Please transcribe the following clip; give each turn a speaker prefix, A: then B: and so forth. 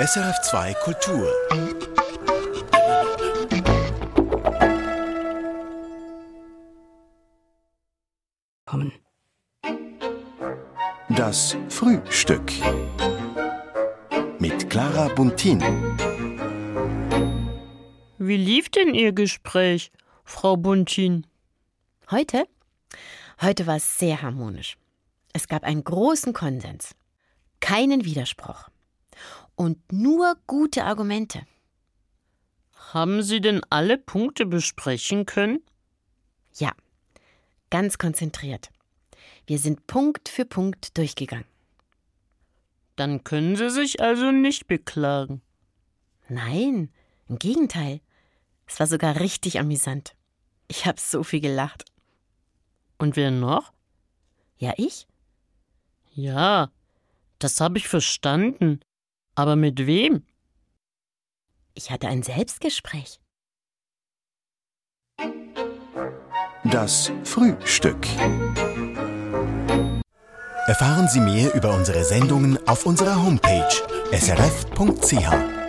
A: SRF 2 Kultur.
B: kommen.
A: Das Frühstück. Mit Clara Buntin.
C: Wie lief denn Ihr Gespräch, Frau Buntin?
B: Heute? Heute war es sehr harmonisch. Es gab einen großen Konsens, keinen Widerspruch und nur gute Argumente.
C: Haben Sie denn alle Punkte besprechen können?
B: Ja, ganz konzentriert. Wir sind Punkt für Punkt durchgegangen.
C: Dann können Sie sich also nicht beklagen.
B: Nein, im Gegenteil. Es war sogar richtig amüsant. Ich habe so viel gelacht.
C: Und wer noch?
B: Ja, ich?
C: Ja, das habe ich verstanden. Aber mit wem?
B: Ich hatte ein Selbstgespräch.
A: Das Frühstück. Erfahren Sie mehr über unsere Sendungen auf unserer Homepage srf.ch.